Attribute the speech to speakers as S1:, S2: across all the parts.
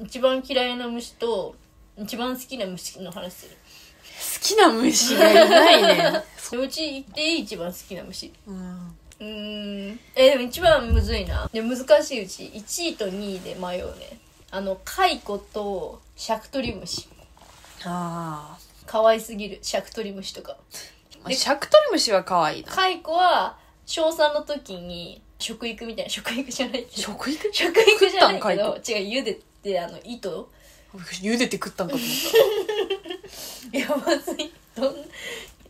S1: 一番嫌いな虫と一番好きな虫の話する
S2: きな虫がいない ね。
S1: そのうち行っていい一番好きな虫
S2: うん。
S1: うーんえでも一番むずいなで難しいうち1位と2位で迷うねあのカイコとシャクトリムシ
S2: あ
S1: 可愛すぎるシャクトリムシとか
S2: ーまあ。シャクトリムシは可愛いな。
S1: カイコは小3の時に食育みたいな食育じゃないけど
S2: 食育
S1: 食育じゃないけ
S2: 食
S1: ど違う茹でてあの糸
S2: 茹でて食ったんかと思っ
S1: やばすぎどん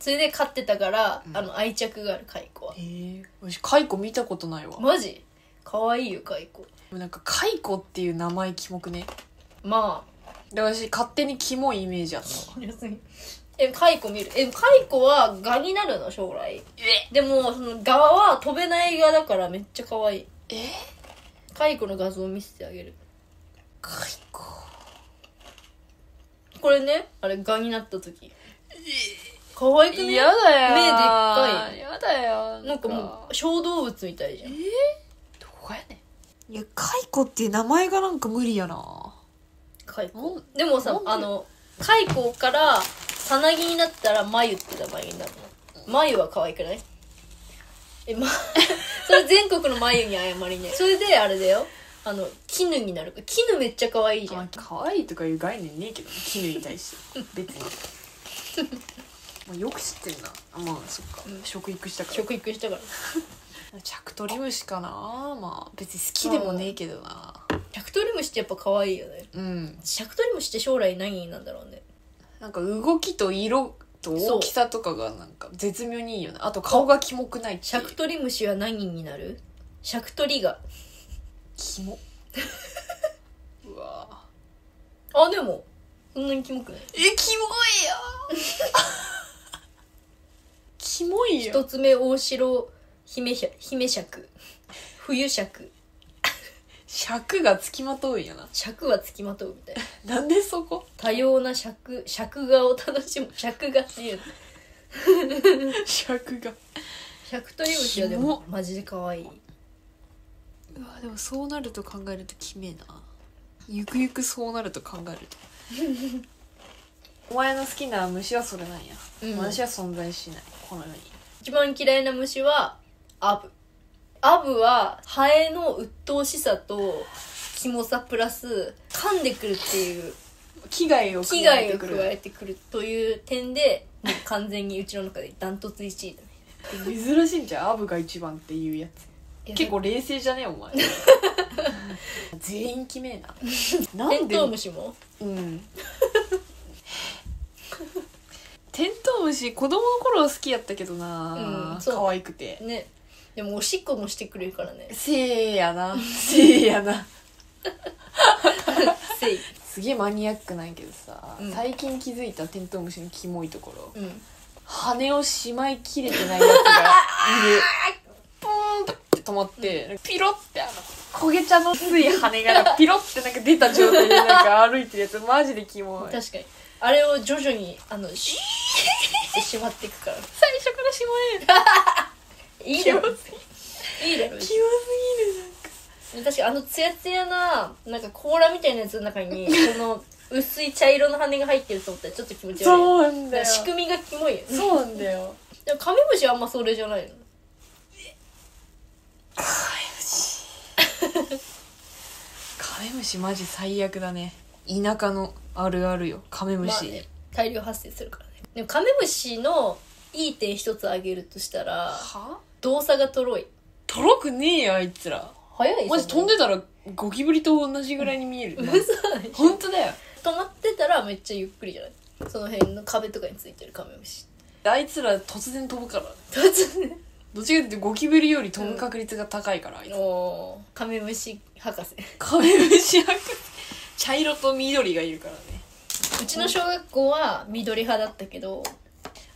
S1: それで飼ってたから、あの愛着があるカイコは
S2: た。ええ。私、カイコ見たことないわ。
S1: マジ可愛いよカイコ
S2: なんか、カイコっていう名前キモくね。
S1: まあ
S2: で、私、勝手にキモいイメージあったわ。
S1: こりゃすぎえカイコ見るえカイコは蛾になるの将来
S2: え
S1: でもその蛾は飛べない蛾だからめっちゃ可愛い
S2: え
S1: カイコの画像を見せてあげる
S2: カイコ。
S1: これねあれ蛾になった時可愛くね
S2: 嫌だよ。
S1: 目でっか
S2: い。嫌だよ。
S1: なんかもう小動物みたいじゃん
S2: どこがやねん。いや、カイコっていう名前がなんか無理やな。
S1: カイコ
S2: なん
S1: でも
S2: な
S1: さ
S2: んで
S1: あのカイコからさなぎになったら眉って名前になるの眉は可愛くないえま それ全国の眉に謝りね それであれだよあの絹になる絹めっちゃ可愛いじゃ
S2: まあ
S1: ん、
S2: 可愛いとかいう概念ねえけどね絹に対して 別にもうよく知ってんなあまあそっか、食育したから
S1: 食育したから
S2: チャクトリムシかなまあ別に好きでもねえけどな
S1: シャクトリムシってやっぱ可愛いよね
S2: うん
S1: シャクトリムシって将来何なんだろうね
S2: なんか動きと色と大きさとかがなんか絶妙にいいよねあと顔がキモくないって
S1: シャクトリムシは何になるシャクトリが
S2: キモ うわ
S1: あでもそんなにキモくない
S2: え キモいよキモいよ
S1: 一つ目大城姫シャ姫尺冬尺
S2: 尺がつきまとうんやな
S1: 尺はつきまとうみたいな
S2: なんでそこ
S1: 多様な尺尺画を楽しむ尺画っていうの
S2: 尺が
S1: 尺とリムシはで
S2: キ
S1: も
S2: モ
S1: マジで可愛いう
S2: わでもそうなると考えるときめえなゆくゆくそうなると考えるとお前の好きな虫はそれなんや、
S1: うん
S2: 私は存在しないこの世に
S1: 一番嫌いな虫はアブアブはハエの鬱陶しさとキモさプラス噛んでくるっていう
S2: 危害を加
S1: 危
S2: え
S1: 害
S2: て
S1: を
S2: く
S1: 加
S2: る
S1: えてくるという点でもう完全にうちの中でダントツ1位だね
S2: 珍しいんじゃんアブが一番っていうや
S1: い
S2: つ
S1: や
S2: 結構冷静じゃねえお前 全員きめえ なな
S1: テ
S2: ん
S1: ン
S2: で
S1: トウムシも
S2: うん テントウムシ子供の頃は好きやったけどな、
S1: うんそう
S2: 可愛くて
S1: ねでもおしっこもしてくれるから ね
S2: せいやな せいやな
S1: せい
S2: すげえマニアックなんやけどさ、
S1: うん
S2: 最近気づいたテントウムシのキモいところ
S1: うん
S2: 羽をしまいきれてないやつがいるポーンとって止まって、ピロってあの焦げ茶の薄い羽が なんかピロってなんか出た状態でなんか歩いてるやつマジでキモい最初
S1: 確かにあれを徐々にあのシューってしまっていくから
S2: からし
S1: いい
S2: まえ
S1: だ
S2: なキ
S1: ろ
S2: モすぎ
S1: いいだろ
S2: キモすぎる
S1: 確かあのツヤツヤななんか甲羅みたいなやつの中にこの薄い茶色の羽が入ってると思ったらちょっと気持ち悪い
S2: そうなんだ
S1: なん
S2: よ
S1: か仕組みがキモいよね
S2: そうなんだよ
S1: でもカメムシはあんまそれじゃないの
S2: カメムシマジ最悪だね田舎のあるあるよカメム
S1: まあ
S2: シ、
S1: ね大量発生するからねでもカメムシのいい点一つ挙げるとしたら
S2: は
S1: 動作がとろい
S2: とろくねえよあいつら
S1: 早い
S2: マジ飛んでたらゴキブリと同じぐらいに見える、
S1: 嘘でしょ
S2: 本当だよ
S1: 止まってたらめっちゃゆっくりじゃないその辺の壁とかについてるカメムシ
S2: あいつら突然飛ぶからね
S1: 突然
S2: どっちかっていうとゴキブリより飛ぶ確率が高いから、あいつ
S1: おーカメムシ博士
S2: カメムシは 茶色と緑がいるからね
S1: うちの小学校は緑派だったけど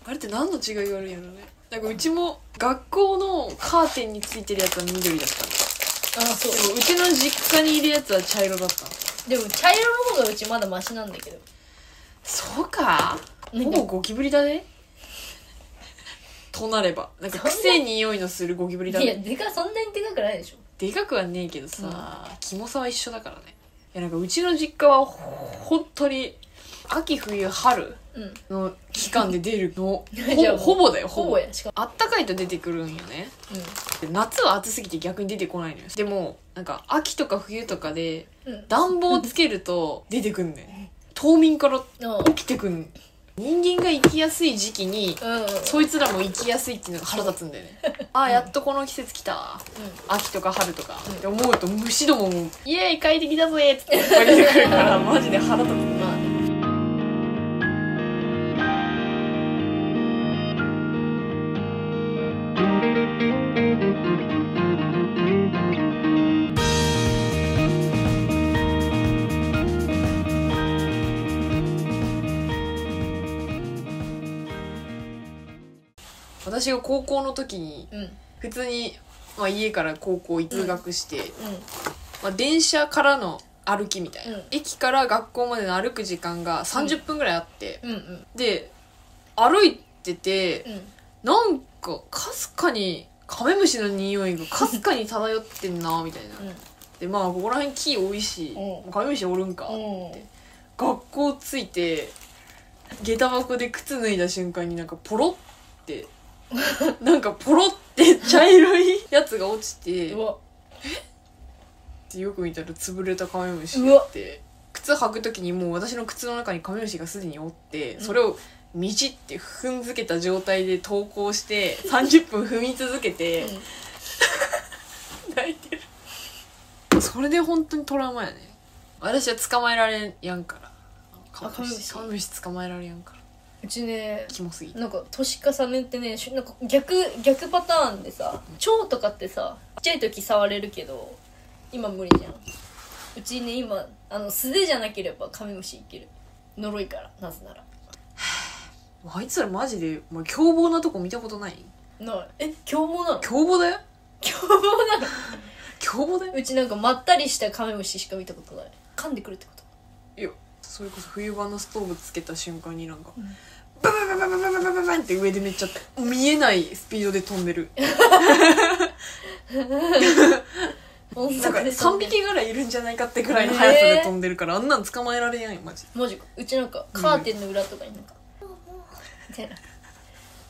S2: あれって何の違いがあるんやろねなんかうちも学校のカーテンについてるやつは緑だったの
S1: あそう
S2: でもうちの実家にいるやつは茶色だったの
S1: でも茶色の方がうちまだマシなんだけど
S2: そうか
S1: なん
S2: ほ
S1: か
S2: ぼゴキブリだねとなればなんか臭い匂いのするゴキブリだ
S1: いや
S2: ね
S1: でかそんなにでかくないでしょ
S2: でかくはねえけどさ、キモさは一緒だからねいやなんかうちの実家はほ本当に秋冬春
S1: うん
S2: の期間で出るの
S1: じゃあ
S2: ほほぼだよ
S1: ほ
S2: ほぼ
S1: ぼやしかも
S2: あったかいと出てくるんよねで夏は暑すぎて逆に出てこないのよでもなんか秋とか冬とかで
S1: うんうん
S2: 暖房つけると出てくんね冬眠から
S1: うん
S2: 起きてくん人間が生きやすい時期に
S1: うんうん
S2: そいつらも生きやすいっていうのが腹立つんだよ ねああやっとこの季節来た秋とか春とかって思うと虫どもも「イエーイ快適だぜ」っつっていっぱい出てくるからマジで腹立つ
S1: うんまあね
S2: 私が高校の時に
S1: うんうん
S2: 普通に、まあ、家から高校通学して、
S1: う
S2: まあ、電車からの歩きみたいな、
S1: うん
S2: 駅から学校までの歩く時間が30分ぐらいあって、
S1: んうん
S2: で歩いてて
S1: うん
S2: なんかかすかにカメムシの匂 いがかすかに漂ってんなみたいな、
S1: うん
S2: でまあここら辺木多いし、
S1: う
S2: カメムシおるんか、
S1: うん
S2: って学校着いて下駄箱で靴脱いだ瞬間になんかポロって なんかポロって茶色いやつが落ちて
S1: うわ
S2: ってよく見たら潰れたカメムシ
S1: うわ
S2: って靴履く時にもう私の靴の中にカメムシがすでにおって、
S1: ん
S2: それをみじって踏んづけた状態で投稿して30分踏み続けて、泣いてるそれで本当にトラウマやね私は捕まえられやんから
S1: あカメムシ
S2: カメムシ捕まえられやんから
S1: うちね
S2: キモすぎて
S1: なんか年重ねてねしなんか逆逆パターンでさ蝶とかってさちっちゃい時触れるけど今無理じゃんうちね今あの素手じゃなければカメムシいける呪いからなぜなら
S2: あいつらマジでお前凶暴なとこ見たことない
S1: なえ凶暴なの
S2: 凶暴だよ
S1: 凶暴なの
S2: 凶暴だよ
S1: うちなんかまったりしたカメムシしか見たことない噛んでくるってこと
S2: いやそれこそ冬場のストーブつけた瞬間になんか、
S1: うん
S2: バンバンバンバンバンバンバンバンバンって上でめっちゃ見えないスピードで飛んでる
S1: 本
S2: なんか
S1: 当で
S2: 3匹ぐらいいるんじゃないかってぐらいの速さで飛んでるから、あんなん捕まえられないよマジで
S1: マジかうちなんかカーテンの裏とかになんか、みたいな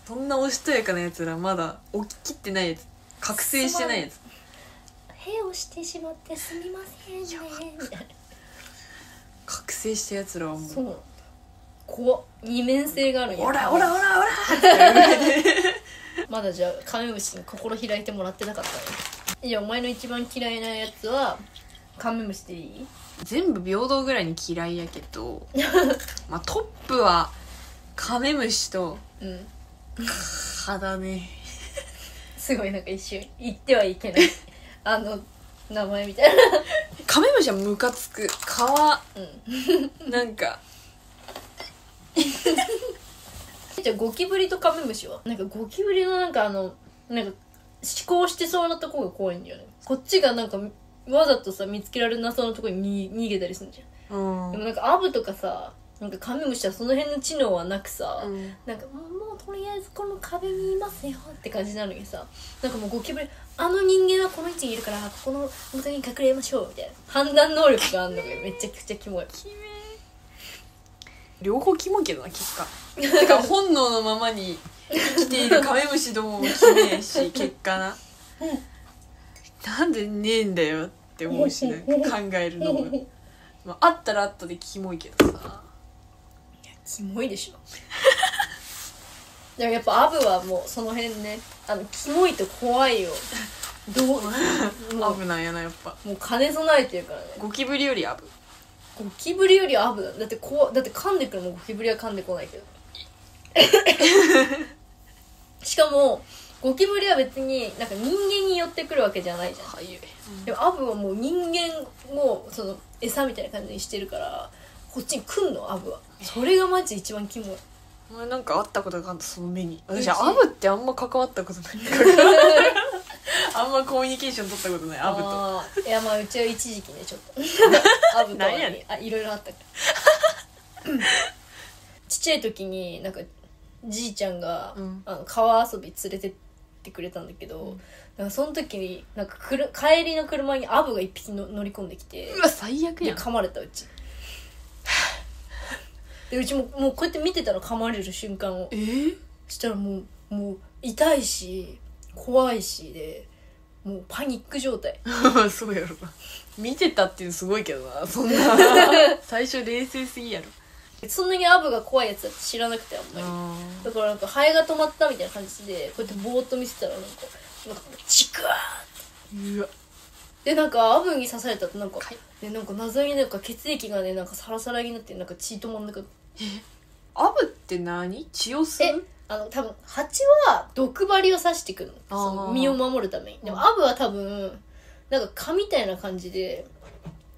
S2: そんなおしとやかなやつらまだ起ききってないやつ覚醒してないやつ
S1: 屁をしてしまってすみませんねみたいな
S2: 覚醒したやつらはも
S1: そう
S2: う
S1: なんだ怖っ二面性があるんや
S2: オラオラオラオラって
S1: まだじゃあカメムシに心開いてもらってなかったねじゃあお前の一番嫌いなやつはカメムシでいい
S2: 全部平等ぐらいに嫌いやけどまあトップはカメムシと
S1: うん
S2: 蚊だね
S1: すごいなんか一瞬言ってはいけないあの名前みたいな
S2: カメムシはムカつく蚊は
S1: うん
S2: なんか
S1: じゃあゴキブリとカメムシはなんかゴキブリのなんかあのなんか思考してそうなとこが怖いんだよねこっちがなんかわざとさ見つけられなそうなとこに逃げ逃げたりするじゃん
S2: うん、
S1: でもなんかアブとかさなんかカメムシはその辺の知能はなくさ、
S2: うん
S1: なんかもうもうとりあえずこの壁にいますよって感じなのにさなんかもうゴキブリあの人間はこの位置にいるからここの向かいに隠れましょうみたいな判断能力があんのがめちゃくちゃキモい
S2: 両方キモいけど な結果てか本能のままに生きて いるカメムシどももキモいし結果な、なんでねえんだよって思うしなんか考えるのも、まあ、あったらあったでキモいけどさ
S1: キモいでしょでもやっぱアブはもうその辺ねあのキモいと怖いよ どうもう
S2: 危ないやなやっぱ
S1: もう兼ね備えてるからね
S2: ゴキブリより危
S1: ゴキブリよりアブだだってこうだって噛んでくるもんゴキブリは噛んでこない けどしかもゴキブリは別になんか人間に寄ってくるわけじゃないじゃん
S2: かゆい
S1: でもアブはもう人間をその餌みたいな感じにしてるからこっちに来んのアブはそれがマジ一番キモい
S2: お前なんかあったことがあったその目に
S1: う
S2: 私
S1: ち
S2: アブってあんま関わった ことないからあんまコミュニケーション取ったことないアブと
S1: あーいやまあうちは一時期ねちょっ とアブとは
S2: なんやね
S1: ねあいろいろあ ったからちっちゃい時になんかじいちゃんが、
S2: うん
S1: あの川遊び連れてっててくれたんだけど、
S2: うん
S1: なんかその時になんかくる帰りの車にアブが一匹の乗り込んできて
S2: うわ最悪
S1: で
S2: やん
S1: 噛まれたうちでうちももうこうやって見てたら噛まれる瞬間を
S2: えー、
S1: したらもうもう痛いし怖いしでもうパニック状態
S2: そうやろな見てたっていうのすごいけどな そんな最初冷静すぎやろ
S1: そんなにアブが怖いやつだって知らなくてあんまり
S2: あ
S1: だからなんかハエが止まったみたいな感じでこうやってぼーっと見てたらなんかなんかチクワー
S2: ーうわ
S1: でなんかアブに刺されたとなんか、
S2: はい
S1: でなんか謎になんか血液がねなんかサラサラになってなんか血止まんなくなっ
S2: アブって何血を吸
S1: え
S2: う
S1: あの多分蜂は毒針を刺してくる
S2: あ
S1: の
S2: ー
S1: その身を守るためにで
S2: う
S1: も
S2: ん
S1: アブは多分なんか蚊みたいな感じで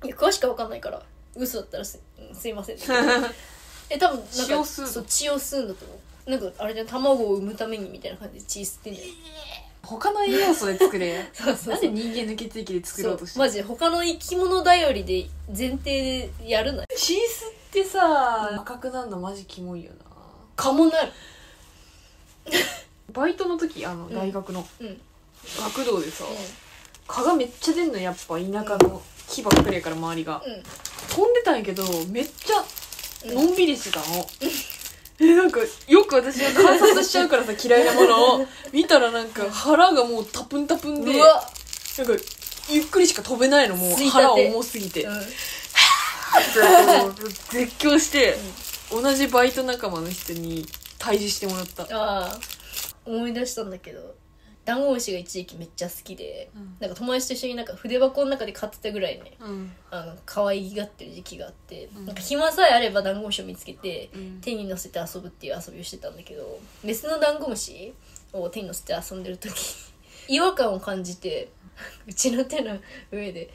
S1: いや詳しくわかんないから嘘だったらすうんすい ませんえ多分なんか
S2: 血を吸うの
S1: そう血を吸うんだと思うなんかあれじゃん卵を産むためにみたいな感じで血吸ってんじゃん
S2: 他の栄養素で作れ
S1: そうそう
S2: なん
S1: そ
S2: で
S1: う
S2: 人間の血液で作ろうとして
S1: マジで他の生き物頼りで前提でやるな
S2: 血吸ってさ赤くなるのマジキモいよな
S1: 蚊もなる
S2: バイトの時あの
S1: ん
S2: 大学の
S1: うん、うん
S2: 学童でさ、蚊がめっちゃ出んのやっぱ田舎の木ばっかりやから周りが
S1: うん
S2: 飛んでたんやけどめっちゃ
S1: うん
S2: のんびりしてたの、えなんかよく私が観察しちゃうから さ嫌いなものを見たらなんか腹がもうタプンタプンで
S1: う
S2: なんか
S1: わ、
S2: ゆっくりしか飛べないのもう
S1: 吸いたて
S2: 腹重すぎて
S1: うん、
S2: 絶叫して、同じバイト仲間の人に退治してもらった、
S1: ああ思い出したんだけどダンゴムシが一時期めっちゃ好きで
S2: うん
S1: なんか友達と一緒になんか筆箱の中で買ってたぐらいね
S2: うん
S1: あの可愛がってる時期があって、
S2: うん
S1: なんか暇さえあればダンゴムシを見つけて
S2: うん
S1: 手に乗せて遊ぶっていう遊びをしてたんだけどメスのダンゴムシを手に乗せて遊んでる時 違和感を感じて うちの手の上で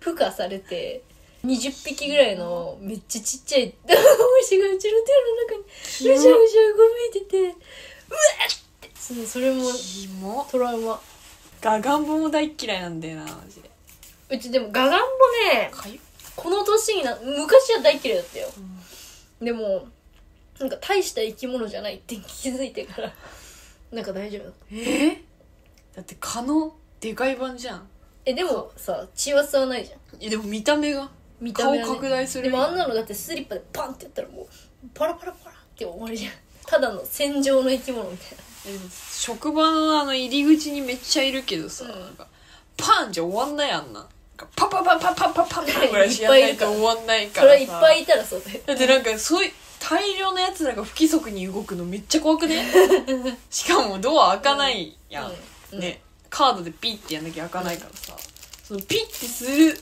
S1: 孵化されて20匹ぐらいのめっちゃちっちゃいダンゴムシがうちの手の中にう
S2: キ
S1: じゃ
S2: モ
S1: うじゃうごめいててうわっってそうそれも
S2: キモ
S1: トラウマ
S2: ガガンボも大っ嫌いなんだよなマジで
S1: うちでもガガンもね
S2: かゆ
S1: この年にな昔は大嫌いだったよでもなんか大した生き物じゃないって気づいてから なんか大丈夫だった
S2: えーだって蚊のでかい版じゃん
S1: えでもさ血は吸わないじゃん
S2: いやでも見た目が
S1: 見た
S2: 顔
S1: 目は、
S2: 拡
S1: ね、
S2: 大する
S1: でもあんなのだってスリッパでパンってやったらもうパラパラパラって終わりじゃんただの戦場の生き物みたいな
S2: でも職場のあの入り口にめっちゃいるけどさ、
S1: うん
S2: なんかパンじゃ終わんないあんななんかパパパパパパパパぐらい
S1: い
S2: し
S1: っ
S2: やん
S1: ぱい
S2: ないい
S1: るか
S2: と
S1: ら
S2: 終わんないか
S1: そ
S2: ら
S1: れ
S2: さ
S1: はいっぱいいたらそうだよ
S2: だってなんかそういう大量のやつらが不規則に動くのめっちゃ怖くねしかもドア開かないやん、
S1: うん
S2: ねカードでピッてやんなきゃ開かないからさ、そのピッてする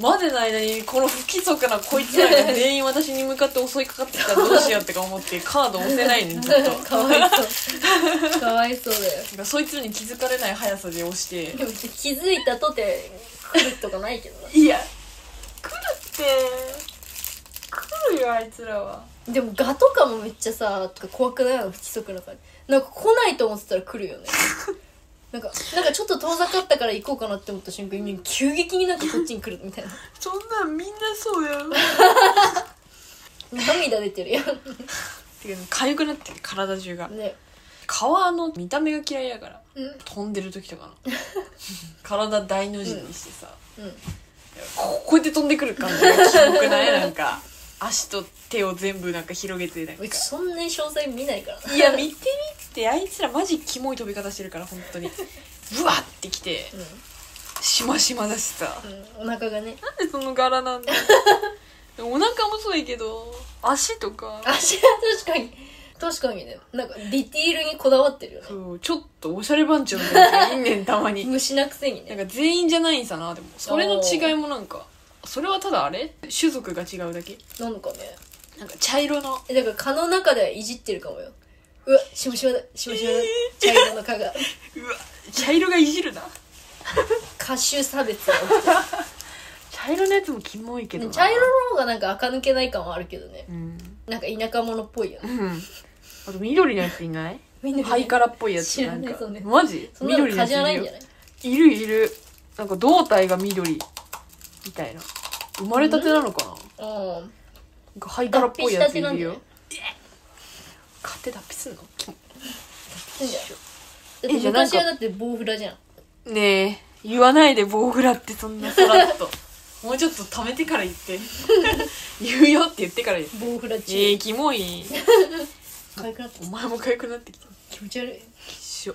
S2: までの間にこの不規則なこいつらが全員私に向かって襲いかかってきたらどうしようってか思ってカード押せないねずっと
S1: かわいそうかわいそうだよ
S2: なんかそいつらに気づかれない速さで押して
S1: でも気づいたとて来るとかないけど
S2: いや来るって来るよあいつらは
S1: なでもガとかもめっちゃさとか怖くないの不規則な感じなんか来ないと思ってたら来るよねなんかなんかちょっと遠ざかったから行こうかなって思った瞬間に急激になんかこっちに来るみたいな
S2: そんなんみんなそうやろ
S1: 涙出てるやん
S2: てか痒くなってる体中が
S1: ね
S2: 皮の見た目が嫌いやから
S1: うん
S2: 飛んでる時とかの 体大の字にしてさ、
S1: うん
S2: ここうやって飛んでくる感じがキモくないなんか足と手を全部なんか広げてなんか
S1: うちそんなに詳細見ないからない
S2: や見てみってあいつらマジキモい飛び方してるから本当にブワッてきてしましまだしさ
S1: うん、うん、お腹がね
S2: なんでその柄なんだでもお腹もそうやけど足とか
S1: 足は確かに確かにねなんかディティールにこだわってるよね
S2: そうちょっとおしゃれ番長みたいなのがいいねんたまに
S1: 虫なくせに
S2: なん
S1: ね
S2: か全員じゃないんさなでもそれの違いもなんかそれはただあれ種族が違うだけ
S1: なのかね
S2: なんか茶色の
S1: えだから蚊の中ではいじってるかもようわしましまだしましまだ茶色の蚊が
S2: うわ茶色がいじるな
S1: 褐臭差別が
S2: 茶色のやつもキモいけどな
S1: 茶色の方がなんか垢抜けない感はあるけどね
S2: うん、
S1: なんか田舎者っぽいよ
S2: う
S1: ね
S2: ん、あと緑のやついない
S1: みんな
S2: ハイカラっぽいやつ
S1: 知ら
S2: な
S1: なんい
S2: か
S1: そんなやつ
S2: マジ
S1: そんなの
S2: 緑の
S1: 蚊
S2: やつ
S1: じゃないいん
S2: る
S1: じゃ
S2: よ
S1: ない
S2: いるいるなんか胴体が緑みたいな生まれたてなのかな、
S1: うん
S2: なんかハイカラっぽいやつ
S1: 脱皮したて
S2: い
S1: なん
S2: る
S1: だ
S2: よ
S1: よ
S2: 勝手脱皮すんのキモ
S1: いいんじゃないだっ
S2: え
S1: て
S2: じゃあなん
S1: 昔
S2: か
S1: はだって棒フラじゃん
S2: ねえ言わないで棒グラってそんなさらっと もうちょっと貯めてから言って 言うよって言ってから言って
S1: 棒フラ中、
S2: えー、キモい
S1: 可愛くなった
S2: お前も痒くなってきた
S1: 気持ち悪い
S2: きっしょ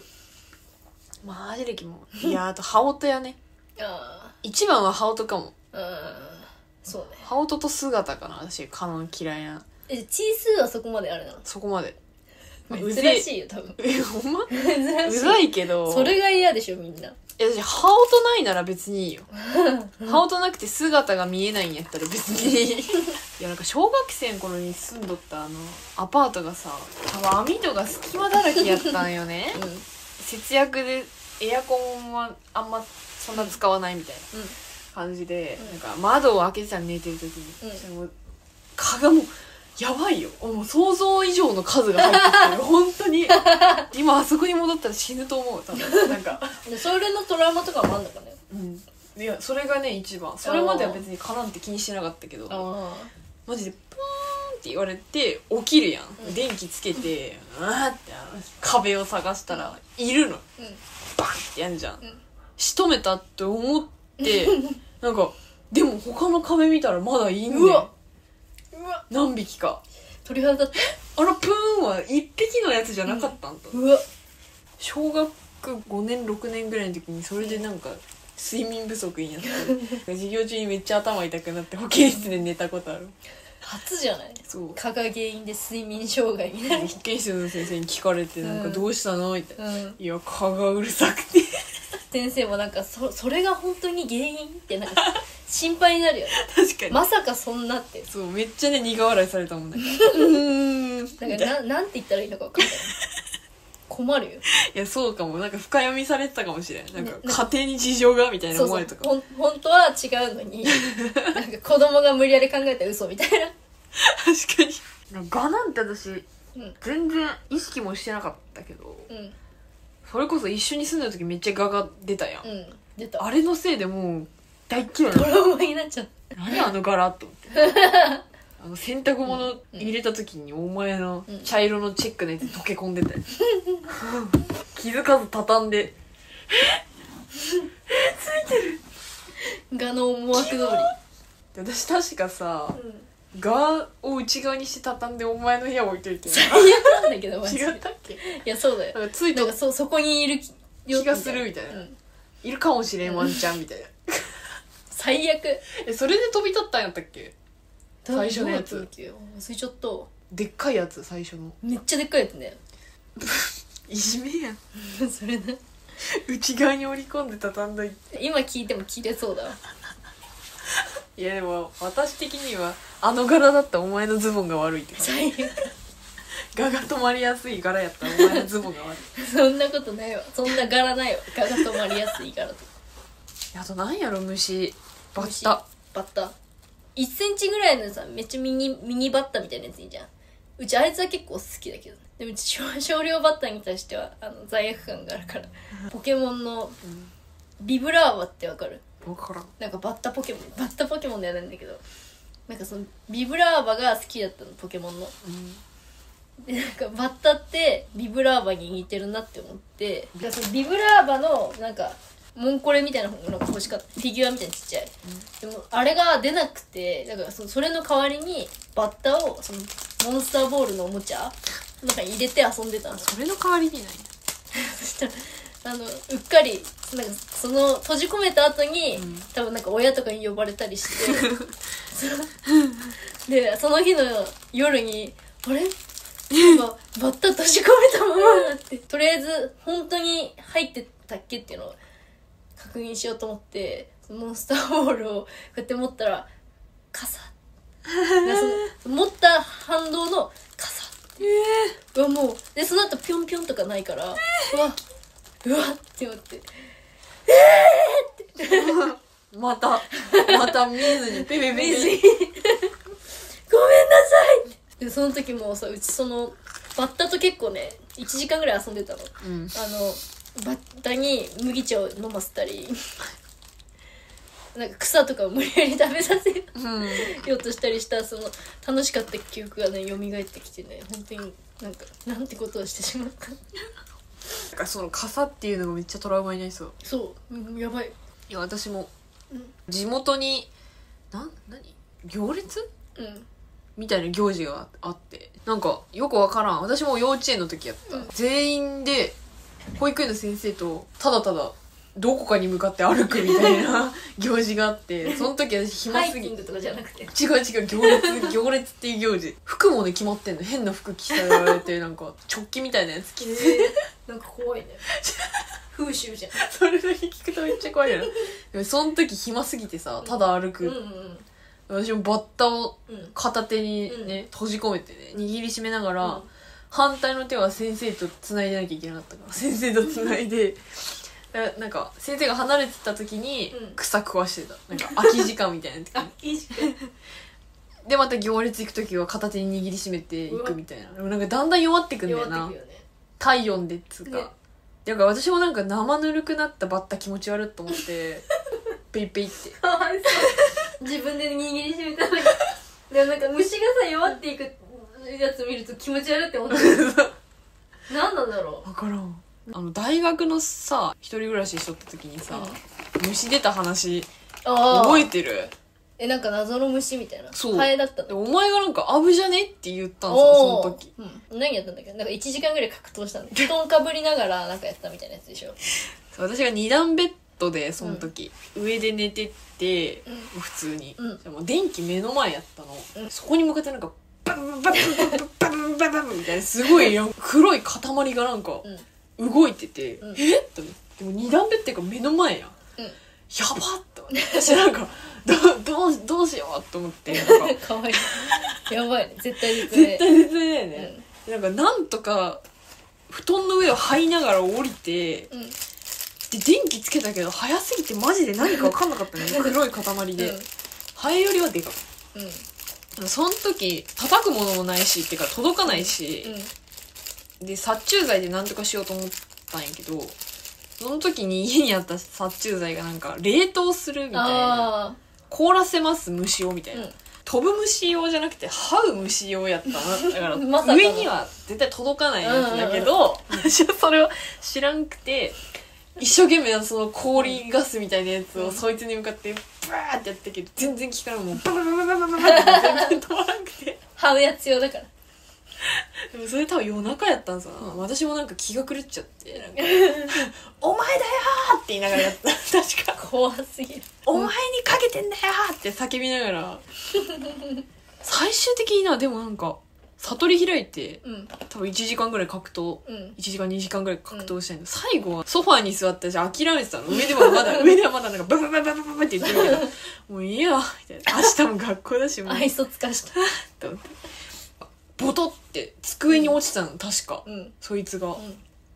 S2: マジでキモいいやあと羽音やね
S1: あ
S2: 一番は羽音かも
S1: あうんそうね
S2: 羽音と姿かな私カノン嫌いな
S1: えチー数はそこまであれな
S2: そこまで
S1: の珍し
S2: い
S1: いよ多分
S2: えほんま
S1: 珍
S2: う
S1: しい
S2: ざいけど
S1: それが嫌でしょみんな
S2: え私羽音ないなら別にいい よ羽音なくて姿が見えないんやったら別に いいいやなんか小学生の頃に住んどったあのアパートがさ多分網戸が隙間だらけやったんよね
S1: うんうん
S2: 節約でエアコンはあんまそんな使わないみたいな感じで、
S1: うん
S2: なんか窓を開けてたの寝てる時に、
S1: うん
S2: それもう蚊がもうやばいよもう想像以上の数が入ってき てる本当に今あそこに戻ったら死ぬと思う多分な んか
S1: でそれのトラウマとかもあんのかね
S2: うんいやそれがね一番それまでは別に蚊なんて気にしてなかったけど
S1: あ
S2: マジでプーンって言われて起きるやん、
S1: うん
S2: 電気つけてうわーってあの壁を探したらいるの
S1: あうん
S2: バンってやんじゃん、
S1: ん
S2: 仕留めたって思って なんかでも他の壁見たらまだいんねん
S1: うわうわ
S2: 何匹か
S1: 鳥肌立っ
S2: あのプーンは一匹のやつじゃなかったんだ、
S1: たうわ
S2: 小学5年6年ぐらいの時にそれでなんか睡眠不足になって授業中にめっちゃ頭痛くなって保健室で寝たことある
S1: 初じゃない
S2: そう
S1: 蚊が原因で睡眠障害にな る
S2: 保健室の先生に聞かれてなんか
S1: うん
S2: どうしたのみたいな
S1: うん
S2: いや蚊がうるさくて
S1: 先生もなんかそそれが本当に原因ってなんか心配にな るよね
S2: 確かに、
S1: まさかそんなって
S2: そうめっちゃね苦笑いされたもんねうーんみた
S1: なん
S2: い
S1: か
S2: ない
S1: ななんて言ったらいいのか分かんない困るよ
S2: やそうかもなんか深読みされてたかもしれないなんか
S1: ねなん
S2: 家庭に事情がみたいな
S1: そう
S2: 思わ
S1: そう
S2: れたかも
S1: ほん本当は違うのになんか子供が無理やり考えた嘘みたい な
S2: 確かに蚊なんて私
S1: うん
S2: 全然意識もしてなかったけど
S1: うん
S2: それこそ一緒に住んだ時めっちゃ蛾が出たや
S1: う
S2: ん、
S1: ん出た
S2: あれのせいでもう大っ嫌い
S1: トラウマになっちゃっ
S2: 何あの柄と思って あの洗濯物入れた時にお前の
S1: うん
S2: 茶色のチェックのやつ溶け込んでたよ 気づかず畳んで
S1: た蛾の思惑通り
S2: で私確かさ
S1: うん
S2: 柄を内側にして畳んでお前の部屋置いといて
S1: なんだけどマジで
S2: 違ったっけ
S1: いやそうだよ
S2: なんかつい
S1: なん
S2: と
S1: かそそこにいる
S2: 気がするみたいな
S1: うん
S2: いるかもしれんワンちゃんみたいな
S1: 最悪
S2: えそれで飛び立ったんやったっけ最初のやつ
S1: どうだったっけ忘れちゃったわ
S2: でっかいやつ最初の
S1: めっちゃでっかいやつね
S2: いじめやん
S1: それな
S2: 内側に折り込んで畳んどいて
S1: 今聞いても聞いてそうだわ
S2: いやでも私的にはあの柄だったお前のズボンが悪いって感じ
S1: 最悪
S2: 柄が止まりやすい柄やったお前のズボンが悪い
S1: そんなことないわそんな柄ないわ蚊が止まりやすい柄とか
S2: あとなんやろ虫バッ
S1: 虫
S2: タ
S1: バッタ1センチぐらいのさめっちゃミニミニバッタみたいなやついいじゃんうちあいつは結構好きだけどでもうち 少少量バッタに対してはあの罪悪感があるからポケモンのビブラーバってわかる
S2: 分からん
S1: なんかバッタポケモンバッタポケモンでやるんだけどなんかそのビブラーバが好きだったのポケモンのでなんかバッタってビブラーバに似てるなって思ってだからそのビブラーバのなんかモンコレみたいなのが欲しかったフィギュアみたいにちっちゃい、でもあれが出なくてだからそのそれの代わりにバッタをそのモンスターボールのおもちゃの中に入れて遊んでたんですよ
S2: それの代わりにない
S1: そしたらあのうっかりなんかその閉じ込めた後に、
S2: うん
S1: 多分なんか親とかに呼ばれたり してそのでその日の夜に「あれなんかバッタ閉じ込めたままだ」ってとりあえず本当に入ってたっけっていうのを確認しようと思ってモンスターボールをこうやって持ったら「傘」なんかその持った反動の「傘」
S2: え
S1: うわもうでその後ピョンピョンとかないから、うわうわって思って
S2: え またまた見ずにペ
S1: 水に
S2: ペペペ
S1: ごめんなさいってでその時もさうちそのバッタと結構ね1時間ぐらい遊んでたの
S2: うん
S1: あのバッタに麦茶を飲ませたりなんか草とかを無理やり食べさせ
S2: うん
S1: ようとしたりしたその楽しかった記憶がね蘇ってきてね本当になんかなんてことをしてしまった
S2: なんかその傘っていうのがめっちゃトラウマになりそう
S1: そううんやばい
S2: いや私も
S1: うん
S2: 地元になん何行列
S1: うん
S2: みたいな行事があってなんかよくわからん私も幼稚園の時やった、
S1: うん
S2: 全員で保育園の先生とただただどこかに向かって歩くみたいな行事があってその時私暇
S1: ハイ
S2: す
S1: キ
S2: ぎ
S1: ングとかじゃなくて
S2: 違う違う行列 行列っていう行事服もね決まってんの変な服着せられてなんか直帰みたいなや つ着て
S1: なんか怖 いね風習じゃん
S2: それだけ聞くとめっちゃ怖いよなでもその時暇すぎてさただ歩く、
S1: うんうん
S2: 私もバッタを
S1: うん
S2: 片手にね、
S1: う
S2: 閉じ込めてね握りしめながら、
S1: うん
S2: 反対の手は先生と繋いでなきゃいけなかったから先生と繋いでななんか先生が離れてた時に
S1: うん
S2: 草食わしてたなんか空き時間みたいな時 に
S1: あいいじ
S2: でまた行列行く時は片手に握りしめていくみたいなでもなんかだんだん弱って
S1: ゃ
S2: く
S1: ん
S2: んだよ
S1: 弱っ
S2: な
S1: てくよね
S2: 体温でっつうか、
S1: ね
S2: だから私もなんか生ぬるくなったバッタ気持ち悪いと思って ペイペイって
S1: かわいそう自分で握りしめたのにでもなんか虫がさ弱っていくやつ見ると気持ち悪いって思って何なんだろ
S2: 分からんあの大学のさ一人暮らししとった時にさ、虫出た話
S1: うあ
S2: 覚えてる
S1: えなんか謎の虫みたいな
S2: そう
S1: ハエだった
S2: で
S1: の
S2: お前がなんか「アブじゃね?」って言ったんですよ
S1: お
S2: そ
S1: ー
S2: の時
S1: うん、何やったんだっけなんか1時間ぐらい格闘したんだけど布団かぶりながらなんかやったみたいなやつでしょ
S2: 私が二段ベッドでその時、上で寝てて、
S1: う
S2: 普通に、
S1: うん
S2: でも電気目の前やったの、
S1: うん
S2: そこに向かってなんかバブバブバブバブバブみたいなすごいなんか黒い塊がなんか
S1: うん
S2: 動いてて、
S1: うん
S2: えっと思ってでも二段ベッドが目の前やん
S1: うん
S2: やばっと思って私なんかどうどうどうしようと思ってなんか
S1: かわいいやばいね絶対絶
S2: 絶
S1: 対
S2: 対絶対だよね、なんかなんとか布団の上を這いながら降りて
S1: うん、うん
S2: で電気つけたけど早すぎてマジで何か分かんなかったね 黒い塊で、ハエよりはでかい
S1: うんうん
S2: その時叩くものもないしっていうか届かないし、で殺虫剤で何とかしようと思ったんやけどその時に家にあった殺虫剤がなんか冷凍するみたいな
S1: あ
S2: 凍らせます虫をみた
S1: あ
S2: いな、
S1: うん
S2: 飛ぶ虫用じゃなくて這う虫用やったなだから
S1: まさかの
S2: 上には絶対届かないやつだけど、私はそれを知らんくて一生懸命その氷ガスみたいなやつ
S1: う
S2: を
S1: ん
S2: そいつに向かってブワーってやったけど全然効かないもうババババババババって全然止まらなくて
S1: ハエは強だから
S2: でもそれ多分夜中やったんさ、私もなんか気が狂っちゃってなんかお前だよ!」って言いながらやった確か
S1: 怖すぎる
S2: お前にかけてんだよって叫びながら最終的になでもなんか悟り開いて
S1: うん
S2: 多分1時間ぐらい格闘
S1: うん
S2: 1時間2時間ぐらい格闘したいの、最後はソファーに座って私諦めてたの上でも まだ上ではまだなんかブブブブブブブって言ってるけどもういいよみたいな明日も学校だしもう
S1: 愛想つかした
S2: と思ってボトって机に落ちたの確か、
S1: うん
S2: そいつが、
S1: ん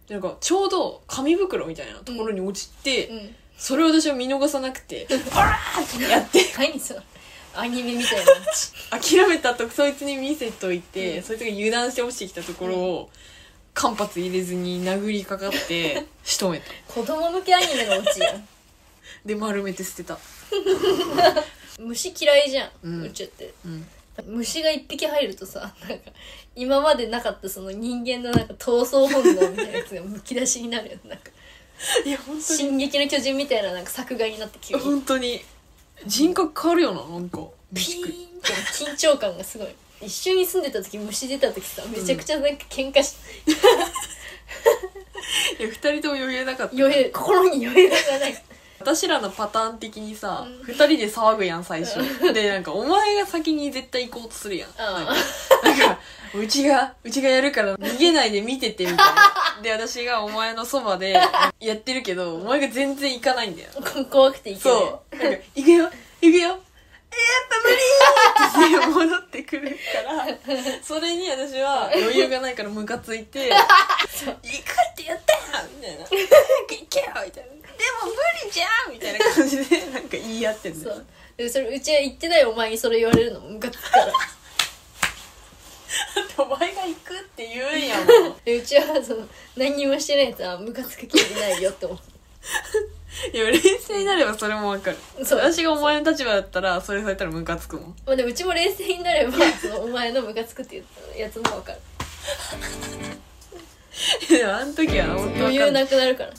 S2: でなんかちょうど紙袋みたいなところに落ちて、
S1: うん
S2: それを私は見逃さなくて「あら!」ってやって
S1: 何それアニメみたいな
S2: 諦めたとそいつに見せとい
S1: う
S2: て、
S1: ん
S2: そいつが油断して落ちてきたところを、間髪入れずに殴りかか って仕留めた
S1: 子供向けアニメのオチやん
S2: で丸めて捨てた
S1: 虫嫌いじゃん、
S2: うん
S1: うちって
S2: うん
S1: 虫が一匹入るとさなんか今までなかったその人間のなんか闘争本能みたいなやつがむき出しになるよなんか
S2: いや
S1: 「
S2: 本
S1: 進撃の巨人」みたいななんか作画になって急に
S2: 本当に人格変わるよななんか
S1: ピーンって緊張感がすごい一緒に住んでた時虫出た時さめちゃくちゃなんか喧嘩し、
S2: いや二人とも余裕なかった
S1: 余裕心に余裕がない
S2: 私らのパターン的にさ、
S1: うん
S2: 二人で騒ぐやん最初でなんかお前が先に絶対行こうとするやんなん
S1: あ
S2: かなんかうちがうちがやるから逃げないで見ててみたいなで私がお前のそばでやってるけどお前が全然行かないんだよ
S1: ー怖くていけない
S2: そうなんか行くよ行くよやっぱ無理って戻ってくるからそれに私は余裕がないからムカついて「行くってやったよ!」みたいな「早く行けよ!」みたいな「でも無理じゃん!」みたいな感じでなんか言い合ってんだ
S1: そ
S2: よ
S1: うでそれうちは言ってないお前にそれ言われるのもムカつくから
S2: だってお前が行くって言うんやもん
S1: でうちはその何にもしてないやつはムカつく気にないよって思って
S2: いや冷静になればそれもわかる
S1: そう
S2: 私がお前の立場だったらそれされたらムカつくも ん
S1: まあでもうちも冷静になればそのお前のムカつくって言ったやつも分かる
S2: でもあの時は本当
S1: 余裕
S2: い
S1: なくなるから